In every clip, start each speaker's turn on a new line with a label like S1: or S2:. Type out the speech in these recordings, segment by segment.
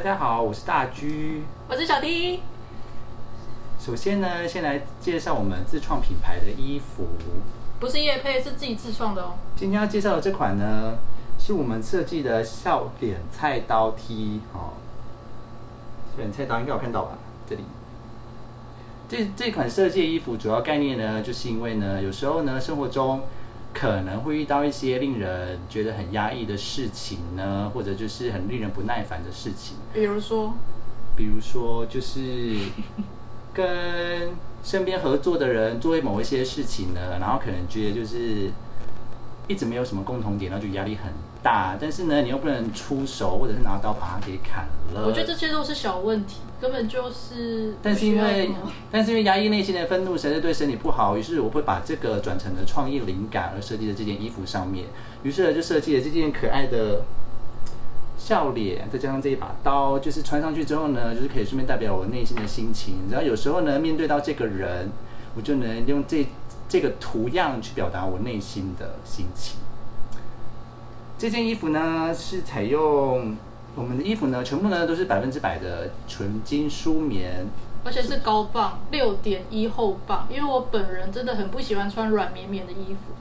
S1: 家好，我是大居。
S2: 我是小 T。
S1: 首先呢，先来介绍我们自创品牌的衣服。
S2: 不是叶配，是自己自创的哦。
S1: 今天要介绍的这款呢，是我们设计的笑脸菜刀 T 哦。笑脸菜刀应该有看到吧？这里。这这款设计的衣服主要概念呢，就是因为呢，有时候呢，生活中可能会遇到一些令人觉得很压抑的事情呢，或者就是很令人不耐烦的事情。
S2: 比如说，
S1: 比如说就是跟身边合作的人做某一些事情呢，然后可能觉得就是一直没有什么共同点，然后就压力很大。但是呢，你又不能出手，或者是拿刀把它给砍了。
S2: 我觉得这些都是小问题，根本就是不需要什
S1: 呃但是因为，
S2: 么。
S1: 但是因为压抑内心的愤怒实在是对身体不好，于是我会把这个转成了创意灵感而设计的这件衣服上面。于是呢，就设计了这件可爱的笑脸，再加上这一把刀，就是穿上去之后呢，就是可以顺便代表我内心的心情。然后有时候呢，面对到这个人，我就能用这这个图样去表达我内心的心情。这件衣服呢是采用我们的衣服呢，全部呢都是百分之百的纯金舒棉，
S2: 而且是高磅六点一厚磅，因为我本人真的很不喜欢穿软绵绵的衣服，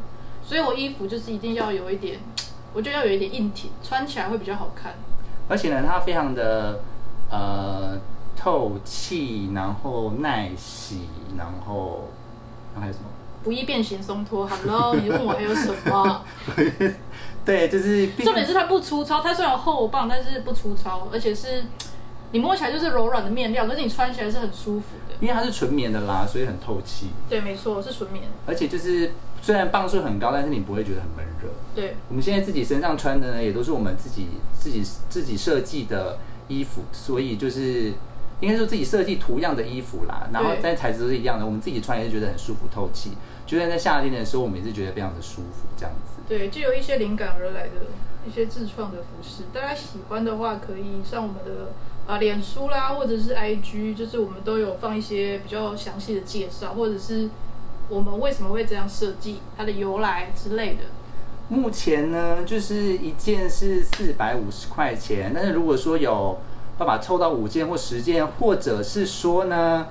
S2: 所以我衣服就是一定要有一点，我觉得要有一点硬挺，穿起来会比较好看。
S1: 而且呢它非常的呃透气，然后耐洗，然后然后还有什么？
S2: 不易变形松脱，Hello，你问我还有什么？
S1: 对，就是毕
S2: 重点是它不粗糙，它虽然厚磅，但是不粗糙，而且是你摸起来就是柔软的面料，可是你穿起来是很舒服的。
S1: 因为它是纯棉的啦，所以很透气，
S2: 对，没错，是纯棉。
S1: 而且就是虽然磅数很高，但是你不会觉得很闷热。
S2: 对，
S1: 我们现在自己身上穿的呢，也都是我们自己自己自己设计的衣服，所以就是应该说自己设计图样的衣服啦。然后
S2: 对
S1: 但材质都是一样的，我们自己穿也是觉得很舒服透气。就算在夏天的时候，我们也是觉得非常的舒服这样子。
S2: 对，就有一些灵感而来的一些自创的服饰。大家喜欢的话，可以上我们的啊脸书啦，或者是 IG，就是我们都有放一些比较详细的介绍，或者是我们为什么会这样设计，它的由来之类的。
S1: 目前呢，就是一件是四百五十块钱，但是如果说有办法凑到五件或十件，或者是说呢，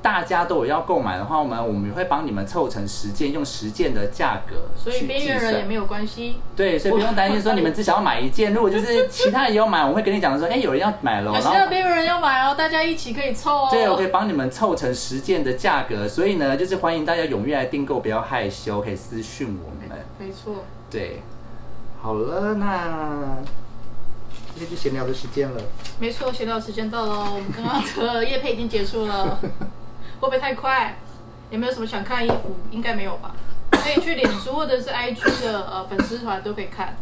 S1: 大家都有要购买的话，我们我们也会帮你们凑成十件，用十件的价格去计
S2: 所
S1: 算，
S2: 以边缘人也没有关系，
S1: 对，所以不用担心说你们只想要买一件，如果就是其他人也有买，我会跟你讲说，哎、有人要买了，
S2: 有
S1: 然
S2: 其他
S1: 后
S2: 边缘人要买哦，大家一起可以凑哦。
S1: 对，我可以帮你们凑成十件的价格，所以呢，就是欢迎大家踊跃来订购，不要害羞，可以私讯我们。
S2: 没错，
S1: 对，好了，那今天就闲聊的时间了，
S2: 没错，闲聊时间到哦喽，我们刚刚的 夜配已经结束了，会不会太快？有没有什么想看的衣服？应该没有吧？可以去脸书或者是 IG 的呃粉丝团都可以看。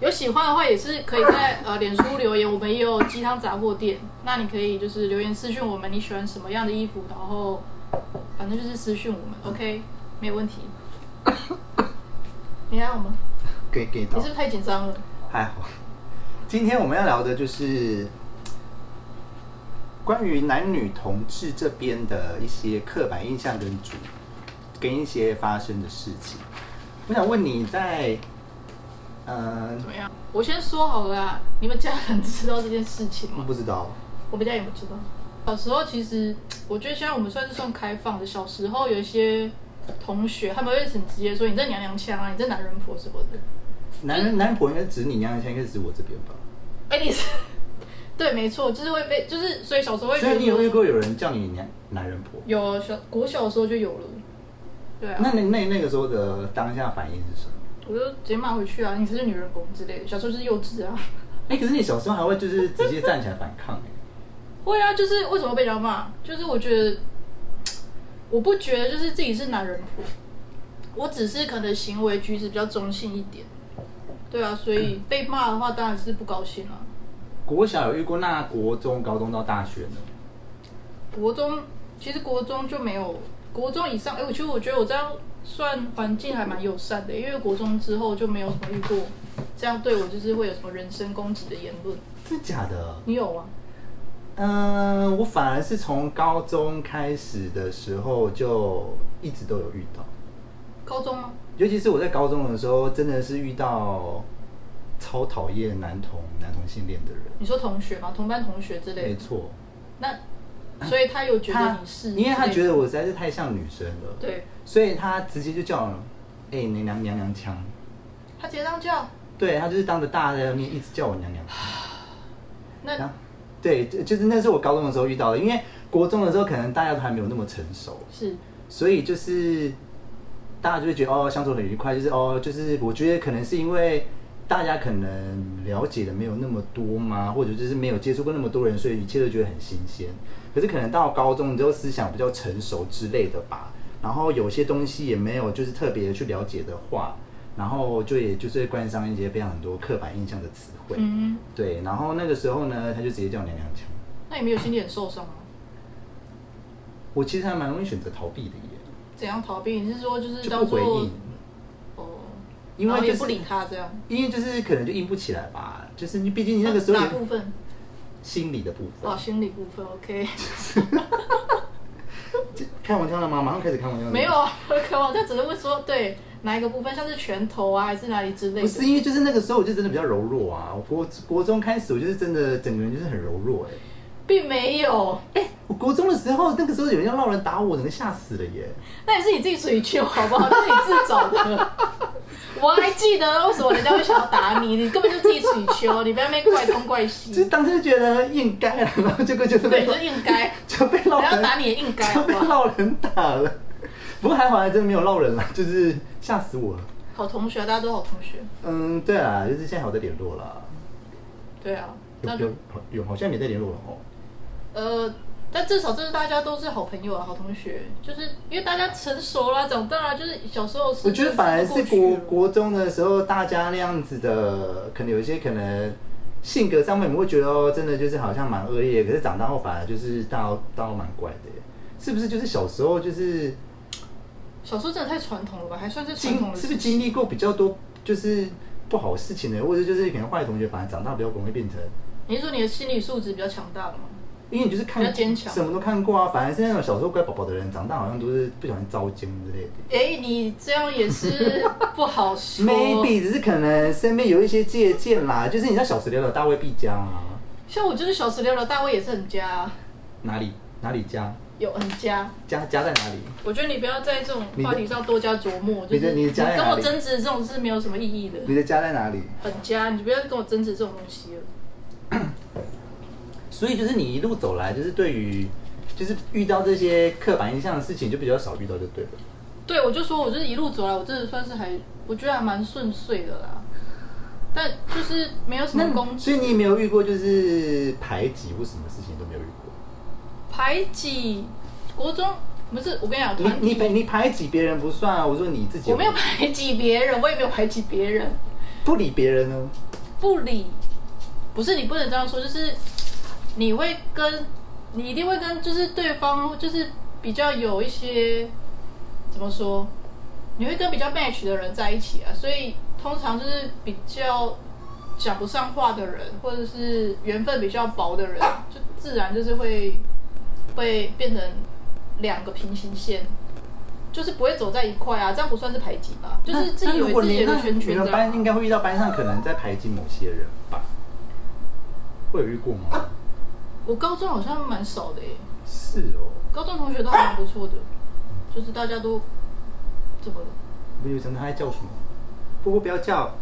S2: 有喜欢的话，也是可以在呃脸书留言，我们也有鸡汤杂货店，那你可以就是留言私讯我们你喜欢什么样的衣服，然后反正就是私讯我们，OK，没有问题。你还好吗？
S1: 可以 给
S2: 你
S1: 到
S2: 是不，是太紧张了？
S1: 还好。哎今天我们要聊的就是关于男女同志这边的一些刻板印象跟主跟一些发生的事情。我想问你在，嗯、
S2: 怎么样？我先说好了啦，你们家人知道这件事情
S1: 我
S2: 吗？
S1: 不知道，
S2: 我们家也不知道。小时候其实，我觉得现在我们算是算开放的。小时候有一些同学，他们会很直接说：“你这娘娘腔啊，你这男人婆什么的。
S1: 男人男人婆应该指你娘娘腔，应该指我这边吧？”
S2: 哎，你是 对，没错，就是会被，就是所以小时候会觉
S1: 所以
S2: 得
S1: 你有遇
S2: 说
S1: 过有人叫你娘男人婆？
S2: 有小国小的时候就有了，对啊，
S1: 那你那那个时候的当下反应是什么？
S2: 我就直接骂回去啊，你这是女人公之类的。小时候就是幼稚啊，
S1: 哎、可是你小时候还会就是直接站起来反抗、欸，
S2: 会啊，就是为什么被人家骂？就是我觉得，我不觉得就是自己是男人婆，我只是可能行为举止比较中性一点。对啊，所以被骂的话当然是不高兴啊了、
S1: 国小有遇过，那国中、高中到大学呢？
S2: 国中其实国中就没有，国中以上，哎、我其实我觉得我这样算环境还蛮友善的，因为国中之后就没有什么遇过这样对我就是会有什么人身攻击的言论。
S1: 真的假的？
S2: 你有吗？
S1: 嗯、我反而是从高中开始的时候就一直都有遇到，
S2: 高中吗？
S1: 尤其是我在高中的时候，真的是遇到超讨厌男同男同性恋的人，
S2: 你说同学吗？同班同学之类
S1: 没
S2: 的？
S1: 错。
S2: 那所以他有觉得
S1: 他
S2: 你是之类的，
S1: 因为他觉得我实在是太像女生了，
S2: 对，
S1: 所以他直接就叫我，哎、你娘娘娘腔。
S2: 他直接这样叫，
S1: 对他就是当着大家的面一直叫我娘娘。然
S2: 那
S1: 后对，就就是那是我高中的时候遇到的，因为国中的时候可能大家都还没有那么成熟，
S2: 是
S1: 所以就是大家就会觉得哦相处很愉快，就是哦就是我觉得可能是因为大家可能了解的没有那么多嘛，或者就是没有接触过那么多人，所以一切都觉得很新鲜。可是可能到高中之后思想比较成熟之类的吧，然后有些东西也没有就是特别去了解的话，然后就也就是会冠上一些非常很多刻板印象的词汇。
S2: 嗯，
S1: 对，然后那个时候呢，他就直接叫我娘娘腔。
S2: 那你没有心里很受伤吗？
S1: 我其实还蛮容易选择逃避的耶，
S2: 怎样逃避？你是说嗯就是
S1: 就
S2: 当
S1: 不回
S2: 做
S1: 应，
S2: 哦，
S1: 因为
S2: 然后
S1: 就
S2: 也
S1: 是
S2: 不理他这样？
S1: 因为就是可能就硬不起来吧，就是你毕竟你那个时候
S2: 哪
S1: 也嗯
S2: 部分？
S1: 心理的部
S2: 哦，
S1: 分。
S2: 心理部分，OK，
S1: 这开玩笑了吗？马上开始开玩笑了吗
S2: 没有，啊，可我就只是会说对哪一个部分，像是拳头啊，还是哪里之类
S1: 不是
S2: 的。
S1: 因为就是那个时候我就真的比较柔弱啊，我国国中开始我就是真的整个人就是很柔弱哎、
S2: 并没有，
S1: 我国中的时候，那个时候有人要闹人打我，整个吓死了耶！
S2: 那也是你自己嘴欠好不好？那是你自找的。 我还记得为什么人家会想要打你，你根本就自己嘴求，你不要那边怪东怪西
S1: 就是，当时就觉得应该了，然后结果就是
S2: 嗯对，
S1: 被
S2: 就 应该。
S1: 就被闹
S2: 人家
S1: 人
S2: 打你也应该，啊
S1: 就
S2: 好不
S1: 被
S2: 好？
S1: 闹人打了。不过还好，还真的没有闹人了，就是吓死我了。
S2: 好同学，大家都好同学。
S1: 嗯，对啊，就是现在还有在联络啦，
S2: 对啊，那
S1: 有
S2: 就
S1: 有有好像没在联络了哦。
S2: 呃，但至少这是大家都是好朋友啊，好同学，就是因为大家成熟啦，长大啦，就是小时候是
S1: 我觉得反而是国
S2: 过去了
S1: 国中的时候，大家那样子的，可能有一些可能性格上面，你会觉得哦，真的就是好像蛮恶劣，可是长大后反而就是大家大家都蛮乖的耶，是不是？就是小时候就是
S2: 小时候真的太传统了吧，还算是
S1: 经
S2: 传统的
S1: 是
S2: 事
S1: 不
S2: 情，
S1: 是经历过比较多就是不好的事情呢，或者就是可能坏的同学，反而长大比较容易变成。
S2: 你是说你的心理素质比较强大了吗？
S1: 因为你就是看
S2: 比较坚强
S1: 什么都看过啊，反而是那种小时候乖宝宝的人，长大好像都是不小心遭奸之类的。
S2: 哎、你这样也是不好说。
S1: maybe 只是可能身边有一些借鉴啦，就是你知道小时了了大未必佳啊，
S2: 像我就是小时了了，大卫也是很家啊，
S1: 哪里哪里佳，
S2: 有很家。
S1: 佳佳在哪里？
S2: 我觉得你不要在这种
S1: 你的
S2: 话题上多加琢磨，就
S1: 你的
S2: 是
S1: 你的家在
S2: 跟
S1: 哪
S2: 我
S1: 里
S2: 争执这种是没有什么意义的。
S1: 你的家在哪里？
S2: 很家，你不要跟我争执这种东西了。
S1: 所以就是你一路走来，就是对于就是遇到这些刻板印象的事情，就比较少遇到就对了。
S2: 对，我就说我就是一路走来，我真的算是还，我觉得还蛮顺遂的啦。但就是没有什么攻击、
S1: 所以你也没有遇过就是排挤或什么事情都没有遇过。
S2: 排挤。国中不是我跟你讲，团
S1: 你你排
S2: 体
S1: 你排挤别人不算啊，我说你自己
S2: 啊我没有排挤别人，我也没有排挤别人，
S1: 不理别人哦呢。
S2: 不理。不是你不能这样说，就是你会跟你一定会跟就是对方就是比较有一些怎么说，你会跟比较 match 的人在一起啊，所以通常就是比较讲不上话的人，或者是缘分比较薄的人，就自然就是会会变成两个平行线。就是不会走在一块啊，这样不算是排挤吧？就是自
S1: 那
S2: 己以
S1: 如果
S2: 为自
S1: 你
S2: 己有个圈
S1: 你
S2: 圈
S1: 们
S2: 的啊
S1: 班。应该会遇到班上可能在排挤某些人吧？会有遇过吗？
S2: 我高中好像蛮少的耶、
S1: 是哦，
S2: 高中同学都还蛮不错的，就是大家都怎么了？
S1: 没有想到他在叫什么。不过不要叫，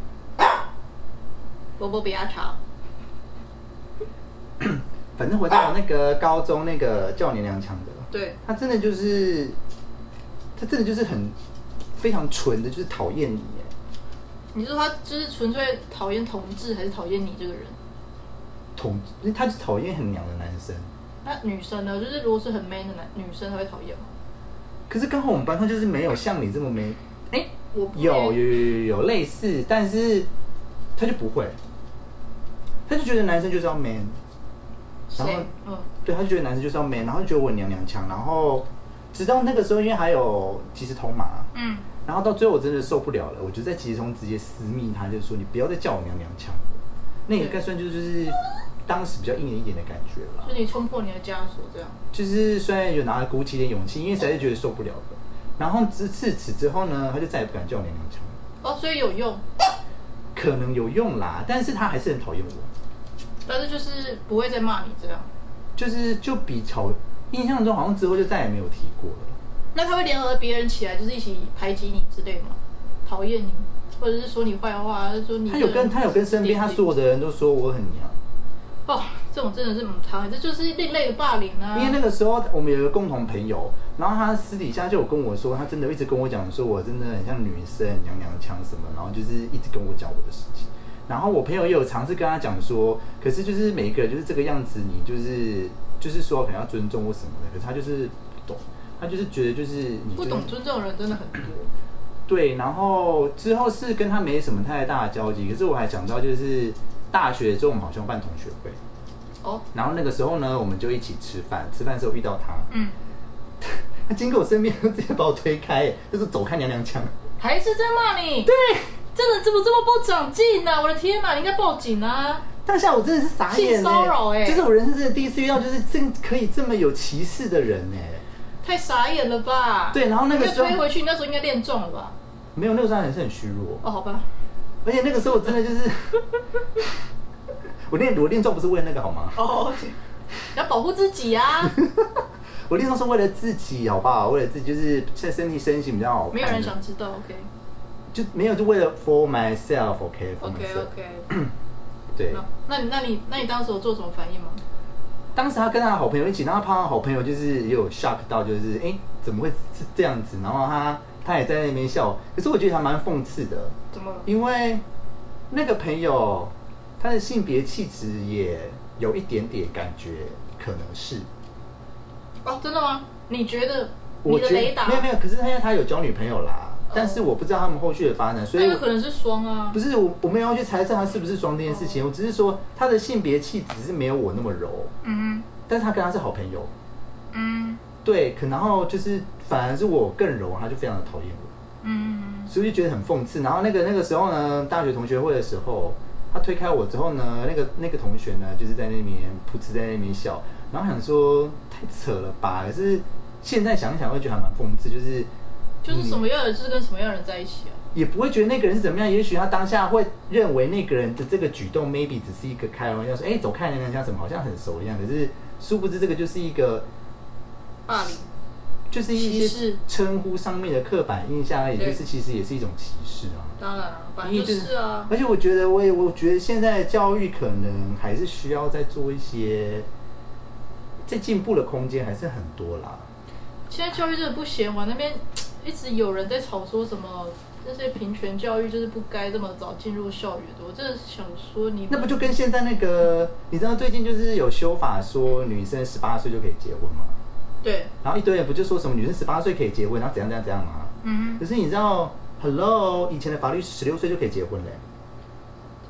S2: 波波比亚茶，
S1: 反正回到那个高中那个叫你娘腔的，
S2: 对，
S1: 他真的就是，他真的就是很非常纯的，就是讨厌你耶，
S2: 你是说他就是纯粹讨厌同志，还是讨厌你这个人？
S1: 统，因为他是讨厌很娘的男生。
S2: 那女生呢？就是如果是很 man 的男女生，她会讨厌吗？
S1: 可是刚好我们班上就是没有像你这么没，
S2: 哎、我不
S1: 有有有有有类似，但是他就不会，他就觉得男生就是要 man。然后
S2: 谁？嗯，
S1: 对，他就觉得男生就是要 man，然后就觉得我很娘娘腔，然后直到那个时候，因为还有即时通嘛，
S2: 嗯，
S1: 然后到最后我真的受不了了，我就在即时通直接私密他，就是说你不要再叫我娘娘腔了，那也该算就是就是当时比较硬一点的感觉
S2: 就
S1: 了，
S2: 你冲破你的枷锁这样。
S1: 就是虽然有拿鼓起一点勇气，因为实在是觉得受不了了，然后自自此之后呢，他就再也不敢叫我娘娘腔了。
S2: 哦，所以有用。
S1: 可能有用啦，但是他还是很讨厌我，
S2: 但是就是不会再骂你这样。
S1: 就是就比较印象中好像之后就再也没有提过了，
S2: 那他会联合别人起来，就是一起排挤你之类吗？讨厌你，或者是说你坏话，或者说你
S1: 他有跟他有跟身边他所有的人都说我很娘。
S2: 哦，这种真的是母汤，这就是另类的霸凌啊。
S1: 因为那个时候我们有一个共同朋友，然后他私底下就有跟我说，他真的一直跟我讲说，我真的很像女生娘娘腔什么，然后就是一直跟我讲我的事情。然后我朋友也有尝试跟他讲说，可是就是每一个人就是这个样子，你就是就是说可能要尊重或什么的，可是他就是不懂，他就是觉得就是你、就
S2: 不
S1: 是、
S2: 懂尊重的人真的很多。
S1: 对，然后之后是跟他没什么太大的交集，可是我还讲到就是大学之后我们好像办同学会，
S2: 哦，
S1: 然后那个时候呢我们就一起吃饭，吃饭的时候遇到他，
S2: 嗯，
S1: 他经过我身边，就直接把我推开，就是走开娘娘腔。
S2: 还是在骂你。对，真的怎么这么不长进啊呢、我的天哪，你应该报警啊！
S1: 当下我真的是傻眼
S2: 性
S1: 呢、
S2: 骚扰欸
S1: 这是我人生真的第一次遇到，就是这可以这么有歧视的人呢、
S2: 太傻眼了吧？
S1: 对然后那个
S2: 你应该
S1: 时候
S2: 推回去，你那时候应该练重了吧？
S1: 没有，那个时候还是很虚弱，
S2: 哦，好吧，
S1: 而且那个时候我真的就是我练我练壮不是为了那个好吗？
S2: 哦，要保护自己 啊！
S1: 我练壮是为了自己，好不好？为了自己，就是现在身体身形比较好看，
S2: 没有人想知道，OK
S1: 就没有就为了 for myself，OK、for
S2: OK
S1: myself，
S2: OK。
S1: 对。
S2: 那那你那你那你当时有做什么反应吗？
S1: 当时他跟他的好朋友一起，然后他的好朋友就是也有 shock 到，就是哎、诶怎么会是这样子？然后他他也在那边笑，可是我觉得还蛮讽刺的，
S2: 怎么了？
S1: 因为那个朋友他的性别气质也有一点点感觉，可能是
S2: 哦，真的吗？你觉得你
S1: 我
S2: 的
S1: 觉得
S2: 雷达哦
S1: 没有没有，可是他因为他有交女朋友啦，但是我不知道他们后续的发展，所以
S2: 那
S1: 我
S2: 有可能是双啊
S1: 不。是我我没有要去猜测他是不是双这件事情，我只是说他的性别气质是没有我那么柔，
S2: 嗯
S1: 但是他跟他是好朋友。
S2: 嗯
S1: 对，可然后就是反而是我更柔，他就非常的讨厌我，
S2: 嗯，
S1: 所以就觉得很讽刺。然后那个那个时候呢，大学同学会的时候，他推开我之后呢，那个那个同学呢就是在那边噗嗤在那边笑，然后想说太扯了吧，可是现在想一想会觉得还蛮讽刺，就是嗯
S2: 就是什么样的人就是跟什么样的人在一起啊。
S1: 也不会觉得那个人是怎么样，也许他当下会认为那个人的这个举动 maybe 只是一个开玩笑，说哎、走开，人家怎么好像很熟一样，可是殊不知这个就是一个
S2: 霸凌。
S1: 就是一些
S2: 歧视
S1: 称呼上面的刻板印象而已，也
S2: 对
S1: 就是其实也是一种歧视啊。
S2: 当然啊，本来就是啊。
S1: 而且我觉得，我也我觉得现在的教育可能还是需要再做一些，在进步的空间还是很多啦。
S2: 现在教育真的不行，我那边一直有人在吵说什么这些平权教育就是不该这么早进入校园的。我真的想说你们
S1: 那不就跟现在那个，你知道最近就是有修法说女生十八岁就可以结婚吗？
S2: 对，
S1: 然后一堆人不就说什么女生十八岁可以结婚，然后怎样怎样怎样吗？
S2: 嗯
S1: 可，是你知道，Hello，以前的法律是十六岁就可以结婚嘞、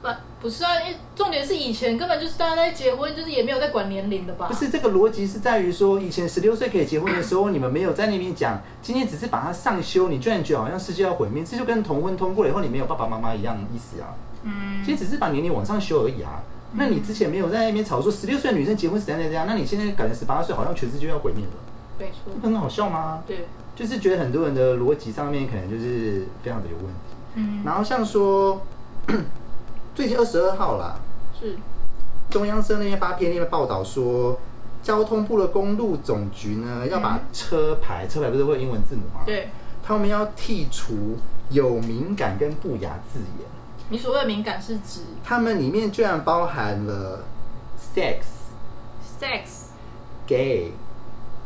S2: 不不是啊，因为重点是以前根本就是大家在结婚，就是也没有在管年龄的吧？
S1: 不是这个逻辑是在于说，以前十六岁可以结婚的时候，你们没有在那边讲，今天只是把它上修，你居然觉得好像世界要毁灭，这就跟同婚通过了以后你没有爸爸妈妈一样的意思啊。
S2: 嗯，
S1: 今天只是把年龄往上修而已啊。那你之前没有在那边吵说十六岁的女生结婚是怎样怎样，那你现在改成十八岁，好像全世界要毁灭了，
S2: 没错
S1: 这，不很好笑吗？
S2: 对，
S1: 就是觉得很多人的逻辑上面可能就是非常的有问题。
S2: 嗯，
S1: 然后像说 最近二十二号啦，
S2: 是，
S1: 中央社那边发篇那边报道说，交通部的公路总局呢要把车牌，车牌不是会有英文字母吗？，
S2: 对
S1: 他们要剔除有敏感跟不雅字眼，
S2: 你所谓的敏感是指
S1: 他们里面居然包含了 sex、
S2: sex，
S1: gay，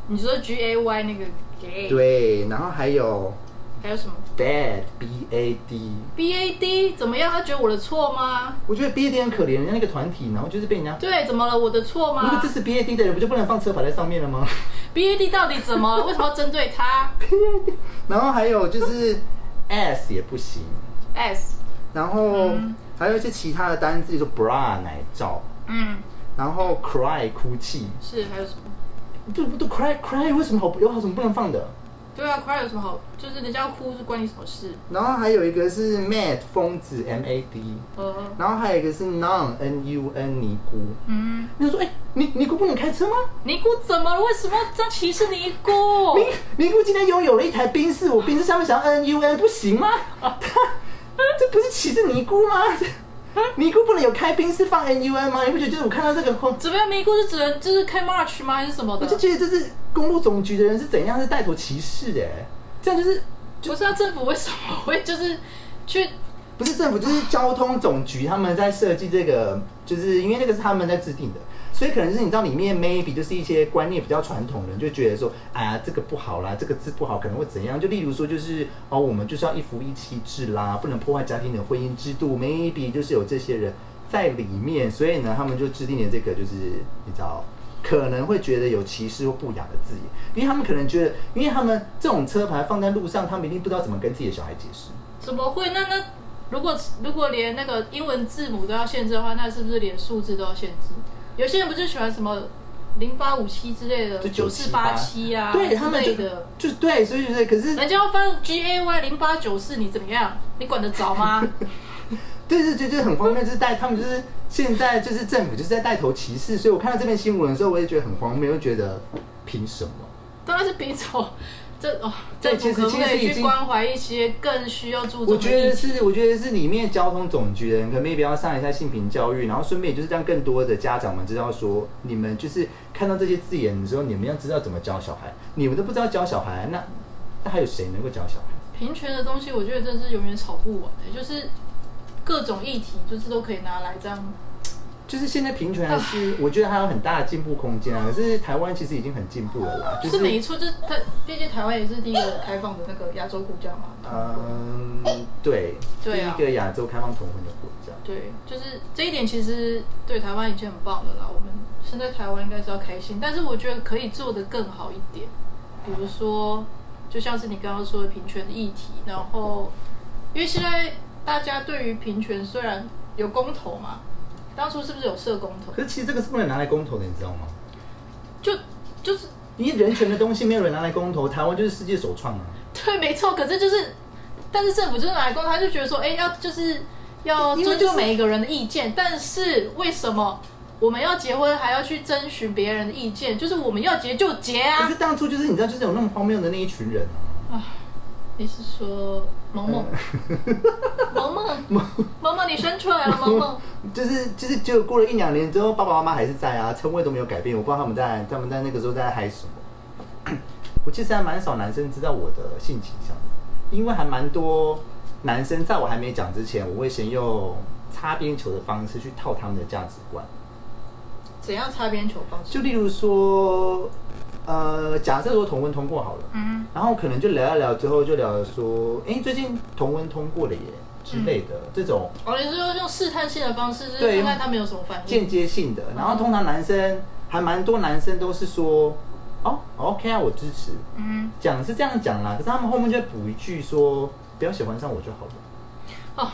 S2: 你说 G A Y 那个 gay，，
S1: 对，然后还有
S2: 还有什么
S1: bad、b a d。
S2: B A D 怎么样？他觉得我的错吗？
S1: 我觉得 b a d 很可怜，人家那个团体，然后就是被人家。
S2: 对，怎么了？我的错
S1: 那
S2: 吗
S1: 个支持 b a d 的人不就不能放车牌在上面了吗？
S2: ？B A D 到底怎么了？为什么要针对他
S1: 然后还有就是 s 也不行，
S2: ？S，
S1: 然后
S2: 嗯
S1: 还有一些其他的单字，比如说 bra 奶罩，
S2: 嗯，
S1: 然后 cry 哭泣，
S2: 是还有什么？
S1: 这不都 cry cry 为什么好有好什么不能放的？
S2: 对啊，cry 有什么好？就是人家要哭是关你什么事？
S1: 然后还有一个是 mad 疯子 M A D，
S2: 呃，
S1: 然后还有一个是 non N U N 尼姑。
S2: 嗯，
S1: 你就说，哎、尼尼姑不能开车吗？
S2: 尼姑怎么了？为什么这样歧视尼姑？
S1: 哦尼尼姑今天拥有了一台宾士，我宾士上面想要 N U N 不行吗？他 这不是歧视尼姑吗？ 尼姑不能有开宾是放 N U N 吗？你不觉得？就是我看到这个后，
S2: 怎么样？尼姑是只能就是开 march 吗？还是什么
S1: 我
S2: 的
S1: 就？觉得这是公路总局的人是怎样是带头歧视哎、这样就是
S2: 不是啊，政府为什么会就是去
S1: 不是政府，就是交通总局他们在设计这个，就是因为那个是他们在制定的，所以可能就是你知道里面 maybe 就是一些观念比较传统的人就觉得说，哎呀这个不好啦，这个字不好可能会怎样？就例如说就是哦，我们就是要一夫一妻制啦，不能破坏家庭的婚姻制度，maybe 就是有这些人在里面，所以呢他们就制定了这个就是你知道。可能会觉得有歧视或不雅的字眼，因为他们可能觉得，因为他们这种车牌放在路上，他们一定不知道怎么跟自己的小孩解释。
S2: 怎么会？那那如果如果连那个英文字母都要限制的话，那是不是连数字都要限制？有些人不是喜欢什么零八五七之类的，
S1: 就
S2: 九四八七啊，
S1: 对他们
S2: 之
S1: 就
S2: 类的。哎
S1: 就是对，所以就是可是
S2: 人家要翻 G A Y 零八九四，你怎么样？你管得 着吗？
S1: 对对对，就是很荒谬，就是带他们就是现在就是政府就是在带头歧视，所以我看到这篇新闻的时候，我也觉得很荒谬，又觉得凭什么？
S2: 当然是别走。这哦，
S1: 对
S2: 政府
S1: 其实
S2: 可不可
S1: 其实已
S2: 以去
S1: 经
S2: 关怀一些更需要注
S1: 我
S2: 重的
S1: 觉
S2: 议
S1: 得
S2: 题？
S1: 是，我觉得是里面交通总局的人可能 maybe 要上一下性平教育，然后顺便也就是让更多的家长们知道说，你们就是看到这些字眼的时候，你们要知道怎么教小孩，你们都不知道教小孩，那那还有谁能够教小孩？
S2: 平权的东西，我觉得真是永远吵不完的，就是各种议题，就是都可以拿来这样
S1: 就是现在平权还是，我觉得还有很大的进步空间啊。可是台湾其实已经很进步了啦，就是
S2: 没错，就是它，毕竟台湾也是第一个开放的那个亚洲国家嘛。
S1: 嗯，对，
S2: 对啊
S1: 第一个亚洲开放同婚的国家。
S2: 对，就是这一点，其实对台湾已经很棒了啦。我们身在台湾应该是要开心，但是我觉得可以做得更好一点，比如说，就像是你刚刚说的平权议题，然后因为现在大家对于平权虽然有公投嘛，当初是不是有设公投？
S1: 可是其实这个是不能拿来公投的，你知道吗？
S2: 就就是
S1: 因为人权的东西没有人拿来公投，台湾就是世界首创啊。
S2: 对，没错。可是就是，但是政府就是拿来公，他就觉得说，哎、要就是要
S1: 因为
S2: 尊
S1: 就
S2: 重
S1: 是
S2: 每一个人的意见。但是为什么我们要结婚还要去征询别人的意见？就是我们要结就结
S1: 可
S2: 啊
S1: 是！当初就是你知道，就是有那么荒谬的那一群人啊。
S2: 你是说萌萌
S1: 呃
S2: 萌萌
S1: 萌
S2: 萌萌，你生 出来了，萌萌。
S1: 就是就是，就过了一两年之后，爸爸妈妈还是在啊，称谓都没有改变。我不知道他们在他们在那个时候在嗨什么。 我其实还蛮少男生知道我的性倾向的，因为还蛮多男生在我还没讲之前，我会先用擦边球的方式去套他们的价值观。
S2: 怎样擦边球方式？
S1: 就例如说，呃，假设说同婚通过好了，
S2: 嗯，
S1: 然后可能就聊一聊之后就聊了说，哎、最近同婚通过了耶之类的、这种
S2: 我哦的是说用试探性的方式，就是
S1: 对
S2: 看看他们有什么反
S1: 间
S2: 应。
S1: 接性的。然后通常男生还蛮多男生都是说，哦，OK 啊，我支持。
S2: 嗯，
S1: 讲是这样讲啦，可是他们后面就会补一句说，不要喜欢上我就好了。
S2: 哦，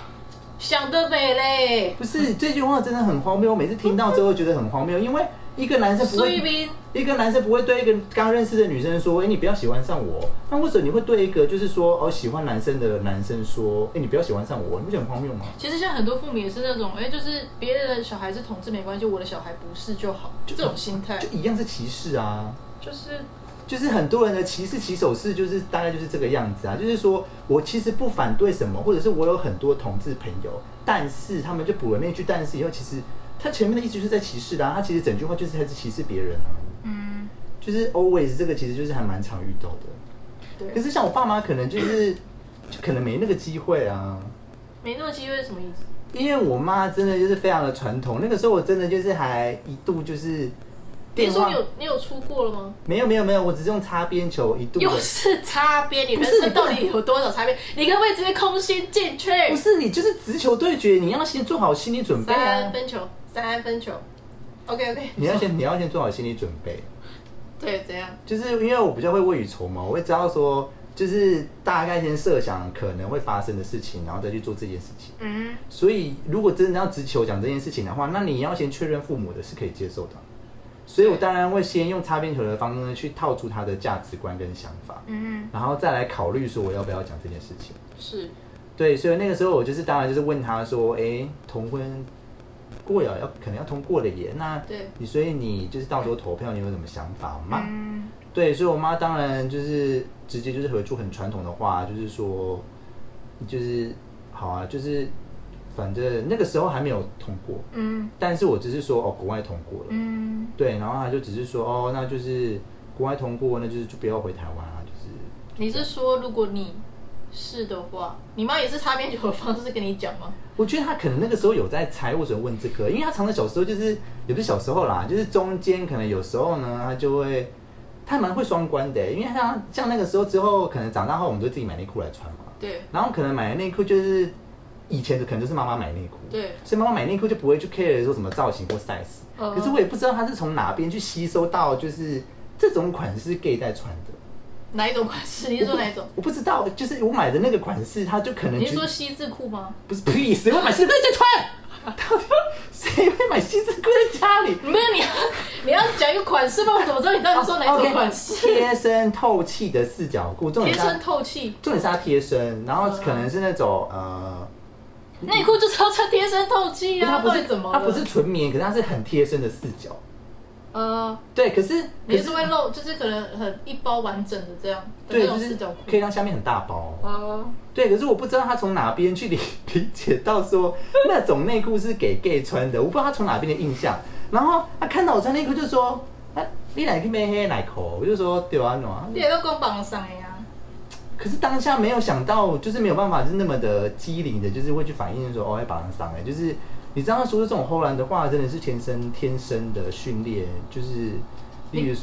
S2: 想得美嘞，
S1: 不是这句话真的很荒谬，我每次听到之后觉得很荒谬，因为一个男生不
S2: 苏一
S1: 会。
S2: 斌。
S1: 一个男生不会对一个刚认识的女生说：“哎、你不要喜欢上我。”那为什么你会对一个就是说哦喜欢男生的男生说：“哎、你不要喜欢上我？”你不觉得很荒谬吗？
S2: 其实像很多父母也是那种，哎、就是别人的小孩是同志没关系，我的小孩不是就好，这种心态
S1: 就一样是歧视啊。
S2: 就是
S1: 就是很多人的歧视起手式，就是大概就是这个样子啊，就是说我其实不反对什么，或者是我有很多同志朋友，但是他们就补了那句“但是”以后，其实他前面的意思就是在歧视啦、他其实整句话就是在歧视别人啊，
S2: 嗯，
S1: 就是 always 这个其实就是还蛮常遇到的。
S2: 对，
S1: 可是像我爸妈可能就是就可能没那个机会啊，
S2: 没那么机会是什么意思？
S1: 因为我妈真的就是非常的传统，那个时候我真的就是还一度就是
S2: 你
S1: 电
S2: 说
S1: 话
S2: 你有你有出过了吗？
S1: 没有没有没有，我只是用擦边球一度的
S2: 又是擦边，你人
S1: 不是
S2: 生到底有多少擦边？你可不可以直接空心进去？
S1: 不是你就是直球对决，你要先做好心理准备啊
S2: 三！分球，三分球，OK OK，
S1: 你要先你要先做好心理准备，
S2: 对怎样？
S1: 就是因为我比较会未雨绸缪，我会知道说，就是大概先设想可能会发生的事情，然后再去做这件事情。
S2: 嗯，
S1: 所以如果真的要直球讲这件事情的话，那你要先确认父母的是可以接受的。所以我当然会先用擦边球的方式去套出他的价值观跟想法，
S2: 嗯，
S1: 然后再来考虑说我要不要讲这件事情。
S2: 是
S1: 对，所以那个时候我就是当然就是问他说，哎、同婚过了要可能要通过了耶，那
S2: 对
S1: 你所以你就是到时候投票你有什么想法吗？
S2: 嗯，
S1: 对，所以我妈当然就是直接就是回出很传统的话，就是说，就是好啊，就是反正那个时候还没有通过，
S2: 嗯
S1: 但是我只是说哦，国外通过了，
S2: 嗯，
S1: 对，然后他就只是说哦，那就是国外通过，那就是就不要回台湾啊，就是
S2: 你是说如果你是的话，你妈也是擦边球的方式跟你讲吗？
S1: 我觉得他可能那个时候有在猜为什么问这个，因为他常常小时候就是也不是小时候啦，就是中间可能有时候呢，他就会他蛮会双关的，因为他像那个时候之后，可能长大后我们就自己买内裤来穿嘛，
S2: 对
S1: 然后可能买的内裤就是以前的可能就是妈妈买内裤，
S2: 对
S1: 所以妈妈买内裤就不会去 care 说什么造型或 size，、
S2: 嗯
S1: 可是我也不知道他是从哪边去吸收到就是这种款式 gay 在穿的。
S2: 哪一种款式？你是说哪一种？
S1: 我不知道，就是我买的那个款式，他就可能
S2: 你是
S1: 觉
S2: 说
S1: 得
S2: 西字裤吗？
S1: 不是屁，谁会买西裤在穿？到底谁会买西裤在家里？
S2: 没有，你要 你要讲一个款式吗？我怎么知道你到底说哪一种款式？
S1: OK，贴身透气的四角裤，重
S2: 贴
S1: 点是它
S2: 身透嗯气
S1: 重点是它贴身，然后可能是那种呃，
S2: 内裤就是要穿贴身透气啊，
S1: 它不
S2: 到底
S1: 是
S2: 怎么了？
S1: 它不是纯棉，可是它是很贴身的四角。
S2: 呃，
S1: 对，可是可
S2: 你是会露，就是可能很一包完整的这样的
S1: 对，
S2: 那
S1: 就
S2: 种
S1: 是
S2: 四角
S1: 可
S2: 裤
S1: 以让下面很大包。
S2: 哦，
S1: 对，可是我不知道他从哪边去理 理解到说那种内裤是给 gay 穿的，我不知道他从哪边的印象。然后他看到我穿内裤就说：“啊，你哪去买黑奶口？”我就说：“对啊，暖。
S2: 你也都光绑上的呀。”
S1: 可是当下没有想到，就是没有办法，就是那么的机灵的，就是会去反应说：“哦，会把人伤哎。”就是你知道，说出这种后来的话，真的是天生天生的训练，就是例如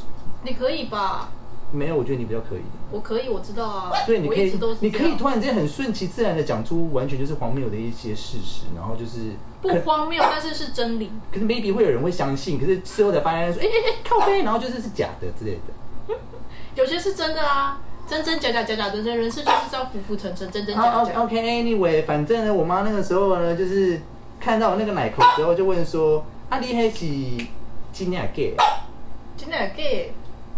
S2: 你可以吧？
S1: 没有，我觉得你比较可以。
S2: 我可以，我知道啊。
S1: 对，你可
S2: 我一
S1: 以
S2: 直都，是
S1: 你可以
S2: 这
S1: 突
S2: 样
S1: 然间很顺其自然的讲出完全就是荒谬的一些事实，然后就是
S2: 不荒谬，但是是真理。
S1: 可是 maybe 会有人会相信，可是事后才发现说，哎哎哎，靠背，然后就是是假的之类的。
S2: 有些是真的啊，真真假假，假假真真，人生就是这样浮浮沉沉，真真
S1: 啊
S2: 假
S1: ，OK
S2: 假。
S1: OK，anyway，反正呢，我妈那个时候呢，就是看到我那个奶口之后，就问说，啊，你还是今年 gay？
S2: 真的 gay，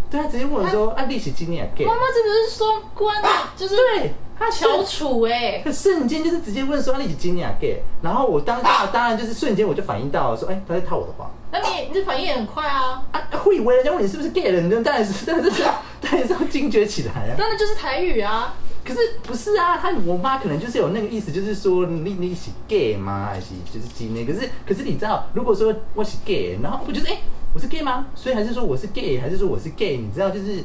S1: 对，她直接问我说，啊，你是今年 gay？
S2: 妈妈真的是双关的，就是
S1: 对，她
S2: 翘楚哎。
S1: 他瞬间就是直接问说，啊，你是今年 gay？然后我当 下当然就是瞬间我就反应到了说，哎、她在套我的话。
S2: 那你你这反应也很快啊，
S1: 啊，会以为人家问你是不是 gay 了，你就当然是，当然是， 当然是要惊觉起来啊。
S2: 当然就是台语啊。
S1: 可是不是啊？他我妈可能就是有那个意思，就是说你你是 gay 吗？还是就是今天？可是可是你知道，如果说我是 gay，然后我就是哎、诶我是 gay 吗？所以还是说我是 gay，还是说我是 gay？你知道就是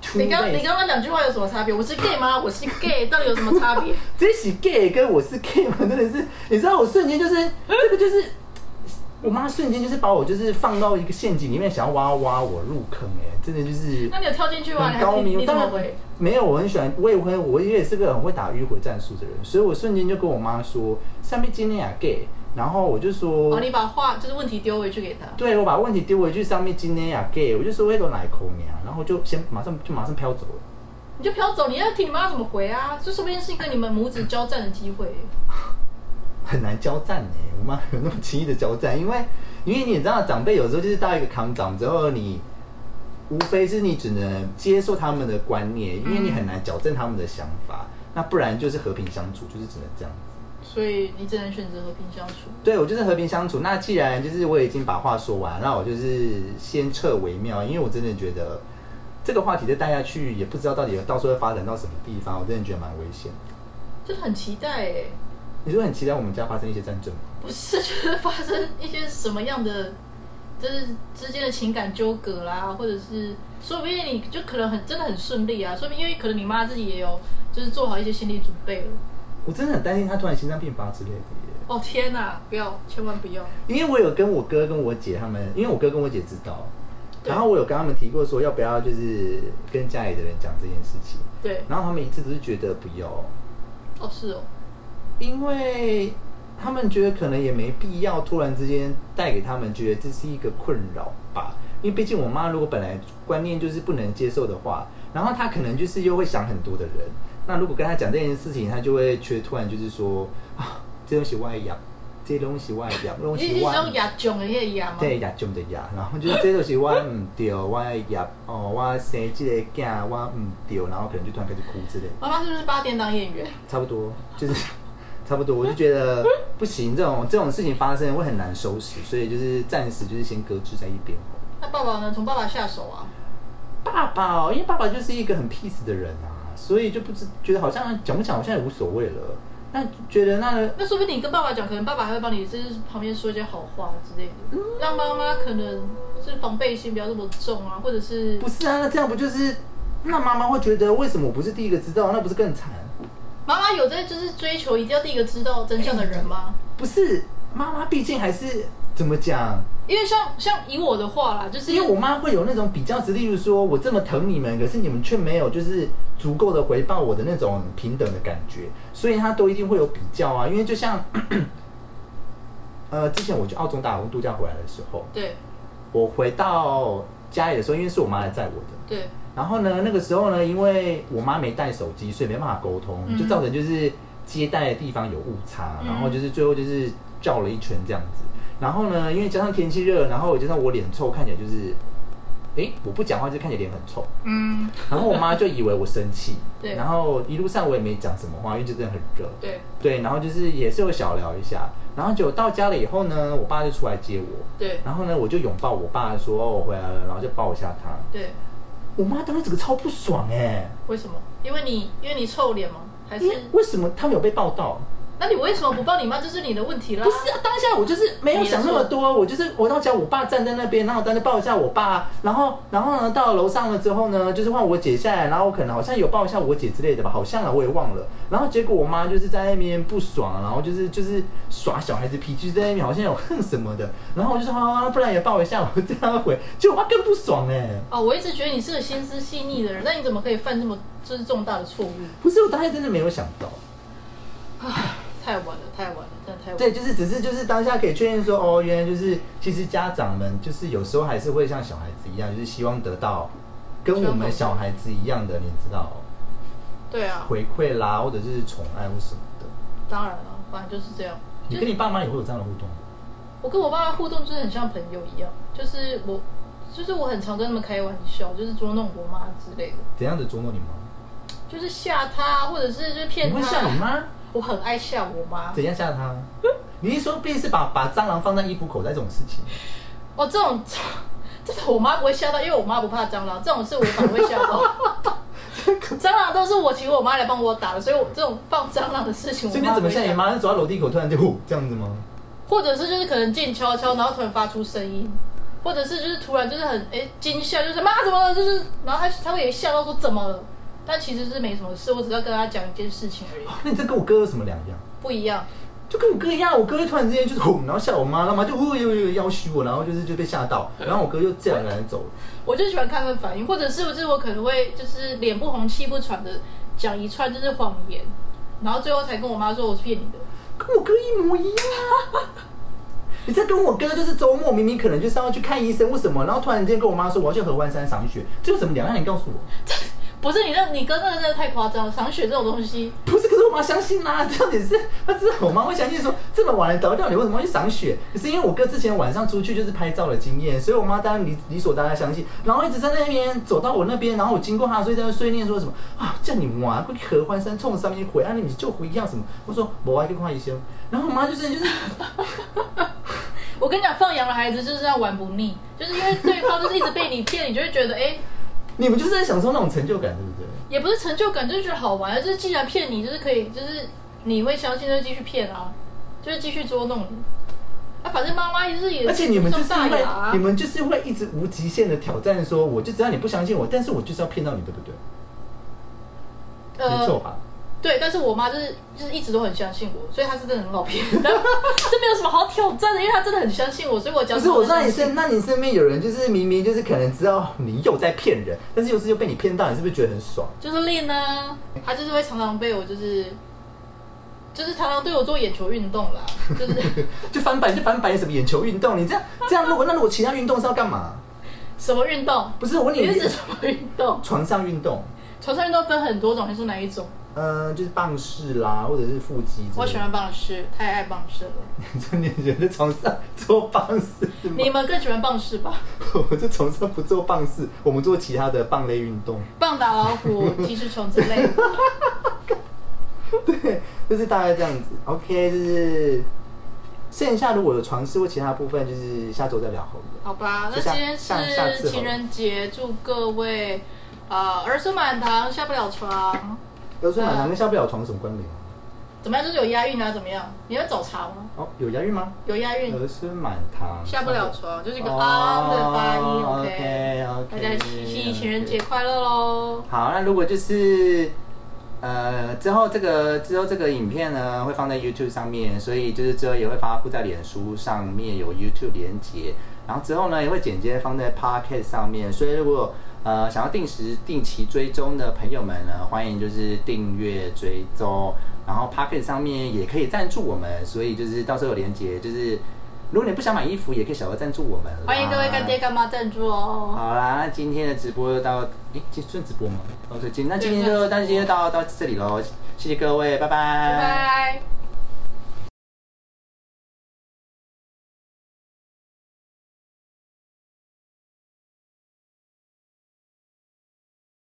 S1: two
S2: 你刚
S1: ways
S2: 你刚刚两句话有什么差别？我是 gay 吗？我是 gay，到底有什么差别？
S1: 这是 gay 跟我是 gay 吗？真的是，你知道我瞬间就是
S2: 嗯
S1: 这个就是，我妈瞬间就是把我就是放到一个陷阱里面，想要挖挖我入坑哎、诶真的就是。
S2: 那你有跳进去吗？你
S1: 很
S2: 还
S1: 高
S2: 是你
S1: 明，
S2: 你怎
S1: 当
S2: 么
S1: 然
S2: 回？
S1: 没有，我很喜欢，我也会，我也是个很会打迂回战术的人，所以我瞬间就跟我妈说，上面今天也 gay，然后我就说，
S2: 哦，你把话就是问题丢回去给他。
S1: 对我把问题丢回去，上面今天也 gay，我就说会都奶口娘，然后就先马上就马上飘走了，
S2: 你就飘走，你要听你妈怎么回啊？这说不定是一个你们母子交战的机会。
S1: 很难交战哎、我妈有那么轻易的交战，因为因为你也知道长辈有时候就是到一个康长之后你。无非是你只能接受他们的观念，因为你很难矫正他们的想法，那不然就是和平相处，就是只能这样子。
S2: 所以你只能选择和平相处。
S1: 对，我就是和平相处。那既然就是我已经把话说完，那我就是先撤为妙，因为我真的觉得这个话题再带下去，也不知道到底到时候会发展到什么地方，我真的觉得蛮危险。
S2: 就是很期待哎、
S1: 你是不是很期待我们家发生一些战争吗？
S2: 不是觉得发生一些什么样的， 就是之间的情感纠葛啦，或者是说不定你就可能很真的很顺利啊，说不定因为可能你妈自己也有就是做好一些心理准备了。
S1: 我真的很担心他突然心脏病发之类的耶，
S2: 哦天哪、不要，千万不要！
S1: 因为我有跟我哥跟我姐他们，因为我哥跟我姐知道，
S2: 对
S1: 然后我有跟他们提过说要不要就是跟家里的人讲这件事情，
S2: 对，
S1: 然后他们一致都是觉得不要，
S2: 哦是哦，
S1: 因为他们觉得可能也没必要突然之间带给他们觉得这是一个困扰吧。因为毕竟我妈如果本来观念就是不能接受的话，然后她可能就是又会想很多的人。那如果跟她讲这件事情，她就会觉得突然就是说啊，这东西我也要，这东西我也要，这东
S2: 你
S1: 西
S2: 你
S1: 我
S2: 是用
S1: 也要
S2: 牙囧的那个牙吗？
S1: 对牙中的牙，然后就是这东西我唔对，我的牙哦，我生这个囝我唔对，然后可能就突然开始哭之类的。
S2: 妈妈是不是八点档演员？
S1: 差不多，就是 差不多。我就觉得不行，这种这种事情发生会很难收拾，所以就是暂时就是先搁置在一边哦。
S2: 那爸爸呢？从爸爸下手啊？
S1: 爸爸、哦，因为爸爸就是一个很 peace 的人啊，所以就不知觉得好像讲不讲好像也无所谓了。那觉得那
S2: 那说不定你跟爸爸讲，可能爸爸还会帮你，就是旁边说一些好话之类的，
S1: 嗯
S2: 让妈妈可能是防备心不要这么重啊，或者是
S1: 不是啊？那这样不就是那妈妈会觉得为什么我不是第一个知道？那不是更惨？
S2: 妈妈有在就是追求一定要第一个知道真相的人吗？
S1: 不是妈妈，毕竟还是怎么讲？
S2: 因为像像以我的话啦，就是
S1: 因为我妈会有那种比较值，例如说我这么疼你们，可是你们却没有就是足够的回报我的那种平等的感觉，所以她都一定会有比较啊。因为就像， 呃，之前我去澳洲打工度假回来的时候，
S2: 对
S1: 我回到家里的时候，因为是我妈来载我的，
S2: 对
S1: 然后呢，那个时候呢，因为我妈没带手机，所以没办法沟通，
S2: 嗯
S1: 就造成就是接待的地方有误差，
S2: 嗯
S1: 然后就是最后就是叫了一圈这样子。然后呢，因为加上天气热，然后我加上我脸臭，看起来就是，诶，我不讲话就看起来脸很臭。
S2: 嗯，
S1: 然后我妈就以为我生气
S2: 对
S1: 然后一路上我也没讲什么话，因为就真的很热。
S2: 对
S1: 对，然后就是也是有小聊一下，然后就到家了以后呢，我爸就出来接我，
S2: 对
S1: 然后呢，我就拥抱我爸说哦我回来了，然后就抱一下他。
S2: 对，
S1: 我妈当时整个超不爽哎、
S2: 为什么？因为你因为你臭脸吗？还
S1: 因为
S2: 是啊
S1: 为什么他们有被报道？
S2: 那你为什么不帮你妈？这是你的问题啦。
S1: 不是啊，当下我就是没有想那么多，我就是我到家，我爸站在那边，然后我当时抱一下我爸，然后然后呢到楼上了之后呢，就是换我姐下来，然后我可能好像有抱一下我姐之类的吧，好像啊我也忘了。然后结果我妈就是在那边不爽，啊然后就是就是耍小孩子脾气，在那边好像有恨什么的。然后我就说好啊，不然也抱一下，我这样回，结果我妈更不爽哎、
S2: 哦，我一直觉得你是个心思细腻的人，那你怎么可以犯这么就是重大的错误？
S1: 不是我当下真的没有想到。
S2: 太晚了，太晚了，真的太晚了。
S1: 对，就是只是就是当下可以确认说，哦，原来就是其实家长们就是有时候还是会像小孩子一样，就是希望得到跟我们小孩子一样的，你知道
S2: 对啊，
S1: 回馈啦，或者是宠爱或什么的。
S2: 当然了，反正就是这样。
S1: 你
S2: 就
S1: 跟
S2: 是
S1: 你爸妈也会有这样的互动吗？
S2: 我跟我爸妈互动就是很像朋友一样，就是我，就是我很常跟他们开玩笑，就是捉弄我妈之类的，
S1: 怎样的捉弄你妈？
S2: 就是吓她，或者是就是骗啊
S1: 你
S2: 她。
S1: 会吓你？妈？
S2: 我很爱吓我妈。
S1: 怎样吓 她？你一说必是把把蟑螂放在衣服口袋这种事情，
S2: 哦，这种 这种我妈不会吓到，因为我妈不怕蟑螂，这种事我反而会吓到。 蟑螂都是我请我妈来帮我打的，所以我这种放蟑螂的事情，我
S1: 所以你
S2: 妈不
S1: 怎么
S2: 会
S1: 吓你
S2: 吓。
S1: 妈？是走到楼梯口突然就呼这样子吗？
S2: 或者是就是可能静悄悄，然后突然发出声音，或者是就是突然就是很哎惊吓，就是妈怎么了？就是然后他他会也吓到说怎么了？但其实是没什么事，我只要跟他讲一件事情而已，
S1: 哦那你这跟我哥有什么两样？
S2: 不一样。
S1: 就跟我哥一样，我哥就突然之间就是哄，然后吓我妈，然后妈就呜又又要虚我，然后就是就被吓到，然后我哥就自然而然走了。
S2: 我就喜欢看他们反应，或者是就是我可能会就是脸不红气不喘的讲一串就是谎言，然后最后才跟我妈说我是骗你的。
S1: 跟我哥一模一样。啊你这跟我哥就是周末明明可能就是要去看医生，为什么？然后突然间跟我妈说我要去合欢山赏雪，这有什么两样？你告诉我，
S2: 不是你那，你哥那个真的太夸张了，赏雪这种东西，
S1: 不是？可是我妈相信啦、这样也是，她知道我妈会相信说这么晚了早掉，你为什么要去赏雪？可是因为我哥之前晚上出去就是拍照的经验，所以我妈当然理理所当然相信，然后一直在那边走到我那边，然后我经过她，所以在那碎念说哎什么啊，叫你妈快去合欢山冲上面回，啊你就回一样什么？我说啊我要去看医生，然后我妈就是就是。
S2: 我跟你讲，放羊的孩子就是要玩不腻，就是因为对方就是一直被你骗，你就会觉得哎、
S1: 你们就是在享受那种成就感，对不对？
S2: 也不是成就感，就是觉得好玩，就是既然骗你，就是可以，就是你会相信，就继续骗啊，就是继续捉弄你。啊，反正妈妈就是 也
S1: 而且你们就是
S2: 大
S1: 会
S2: 牙、，啊
S1: 你，们就是会一直无极限的挑战，说我就只要你不相信我，但是我就是要骗到你，对不对？没错，吧？
S2: 呃对，但是我妈就是就是一直都很相信我，所以她是真的很好骗， 然后这没有什么好挑战的，因为她真的很相信我，所以我讲
S1: 不是，
S2: 什么
S1: 我
S2: 都
S1: 说
S2: 相
S1: 你
S2: 信
S1: 身，那你身边有人就是明明就是可能知道你又在骗人，但是又是又被你骗到，你是不是觉得很爽？
S2: 就是练啊，她就是会常常被我就是就是常常对我做眼球运动啦，就是。
S1: 就翻版就翻版，有什么眼球运动？你这样这样，如果那如果其他运动是要干嘛？
S2: 什么运动？
S1: 不是我问
S2: 你
S1: 你
S2: 是指什么运动？
S1: 床上运动，
S2: 床上运动分很多种，你是哪一种？
S1: 呃，就是棒式啦，或者是腹肌之类的。
S2: 我 喜欢棒式，太爱棒式了。
S1: 你说你人在床上做棒式吗？
S2: 你们更喜欢棒式吧？
S1: 我就从这不做棒式，我们做其他的棒类运动。
S2: 棒打老虎、鸡翅虫之类的。
S1: 对，就是大概这样子。OK，就是剩下如果有床事或其他部分，就是下周再聊好了。
S2: 好吧，那
S1: 就下
S2: 今天
S1: 下下次好
S2: 是
S1: 了
S2: 情人节，祝各位呃啊儿孙满堂下不了床。
S1: 有时候满堂跟下不了床有什么关联吗？
S2: 怎么样？就是有押韵啊？怎么样？你要找茬吗？
S1: 哦，有押韵吗？
S2: 有押韵，
S1: 儿孙满堂，
S2: 下不了床，就是一
S1: 哦
S2: 个啊的发音。OK，大家七夕情人节快乐喽！
S1: 好，那如果就是呃之后这个之后这个影片呢会放在 YouTube 上面，所以就是之后也会发布在脸书上面有 YouTube 连接，然后之后呢也会剪接放在 Podcast 上面，所以如果呃想要定时定期追踪的朋友们呢，欢迎就是订阅追踪，然后 Podcast 上面也可以赞助我们，所以就是到时候有连接就是。如果你不想买衣服，也可以小额赞助我们啦。
S2: 欢迎各位干爹干妈赞助哦。
S1: 好啦，那今天的直播就到，诶，今算直播吗？哦，对，今那今天就，但是今天就到到这里喽，谢谢各位，拜拜
S2: 拜拜。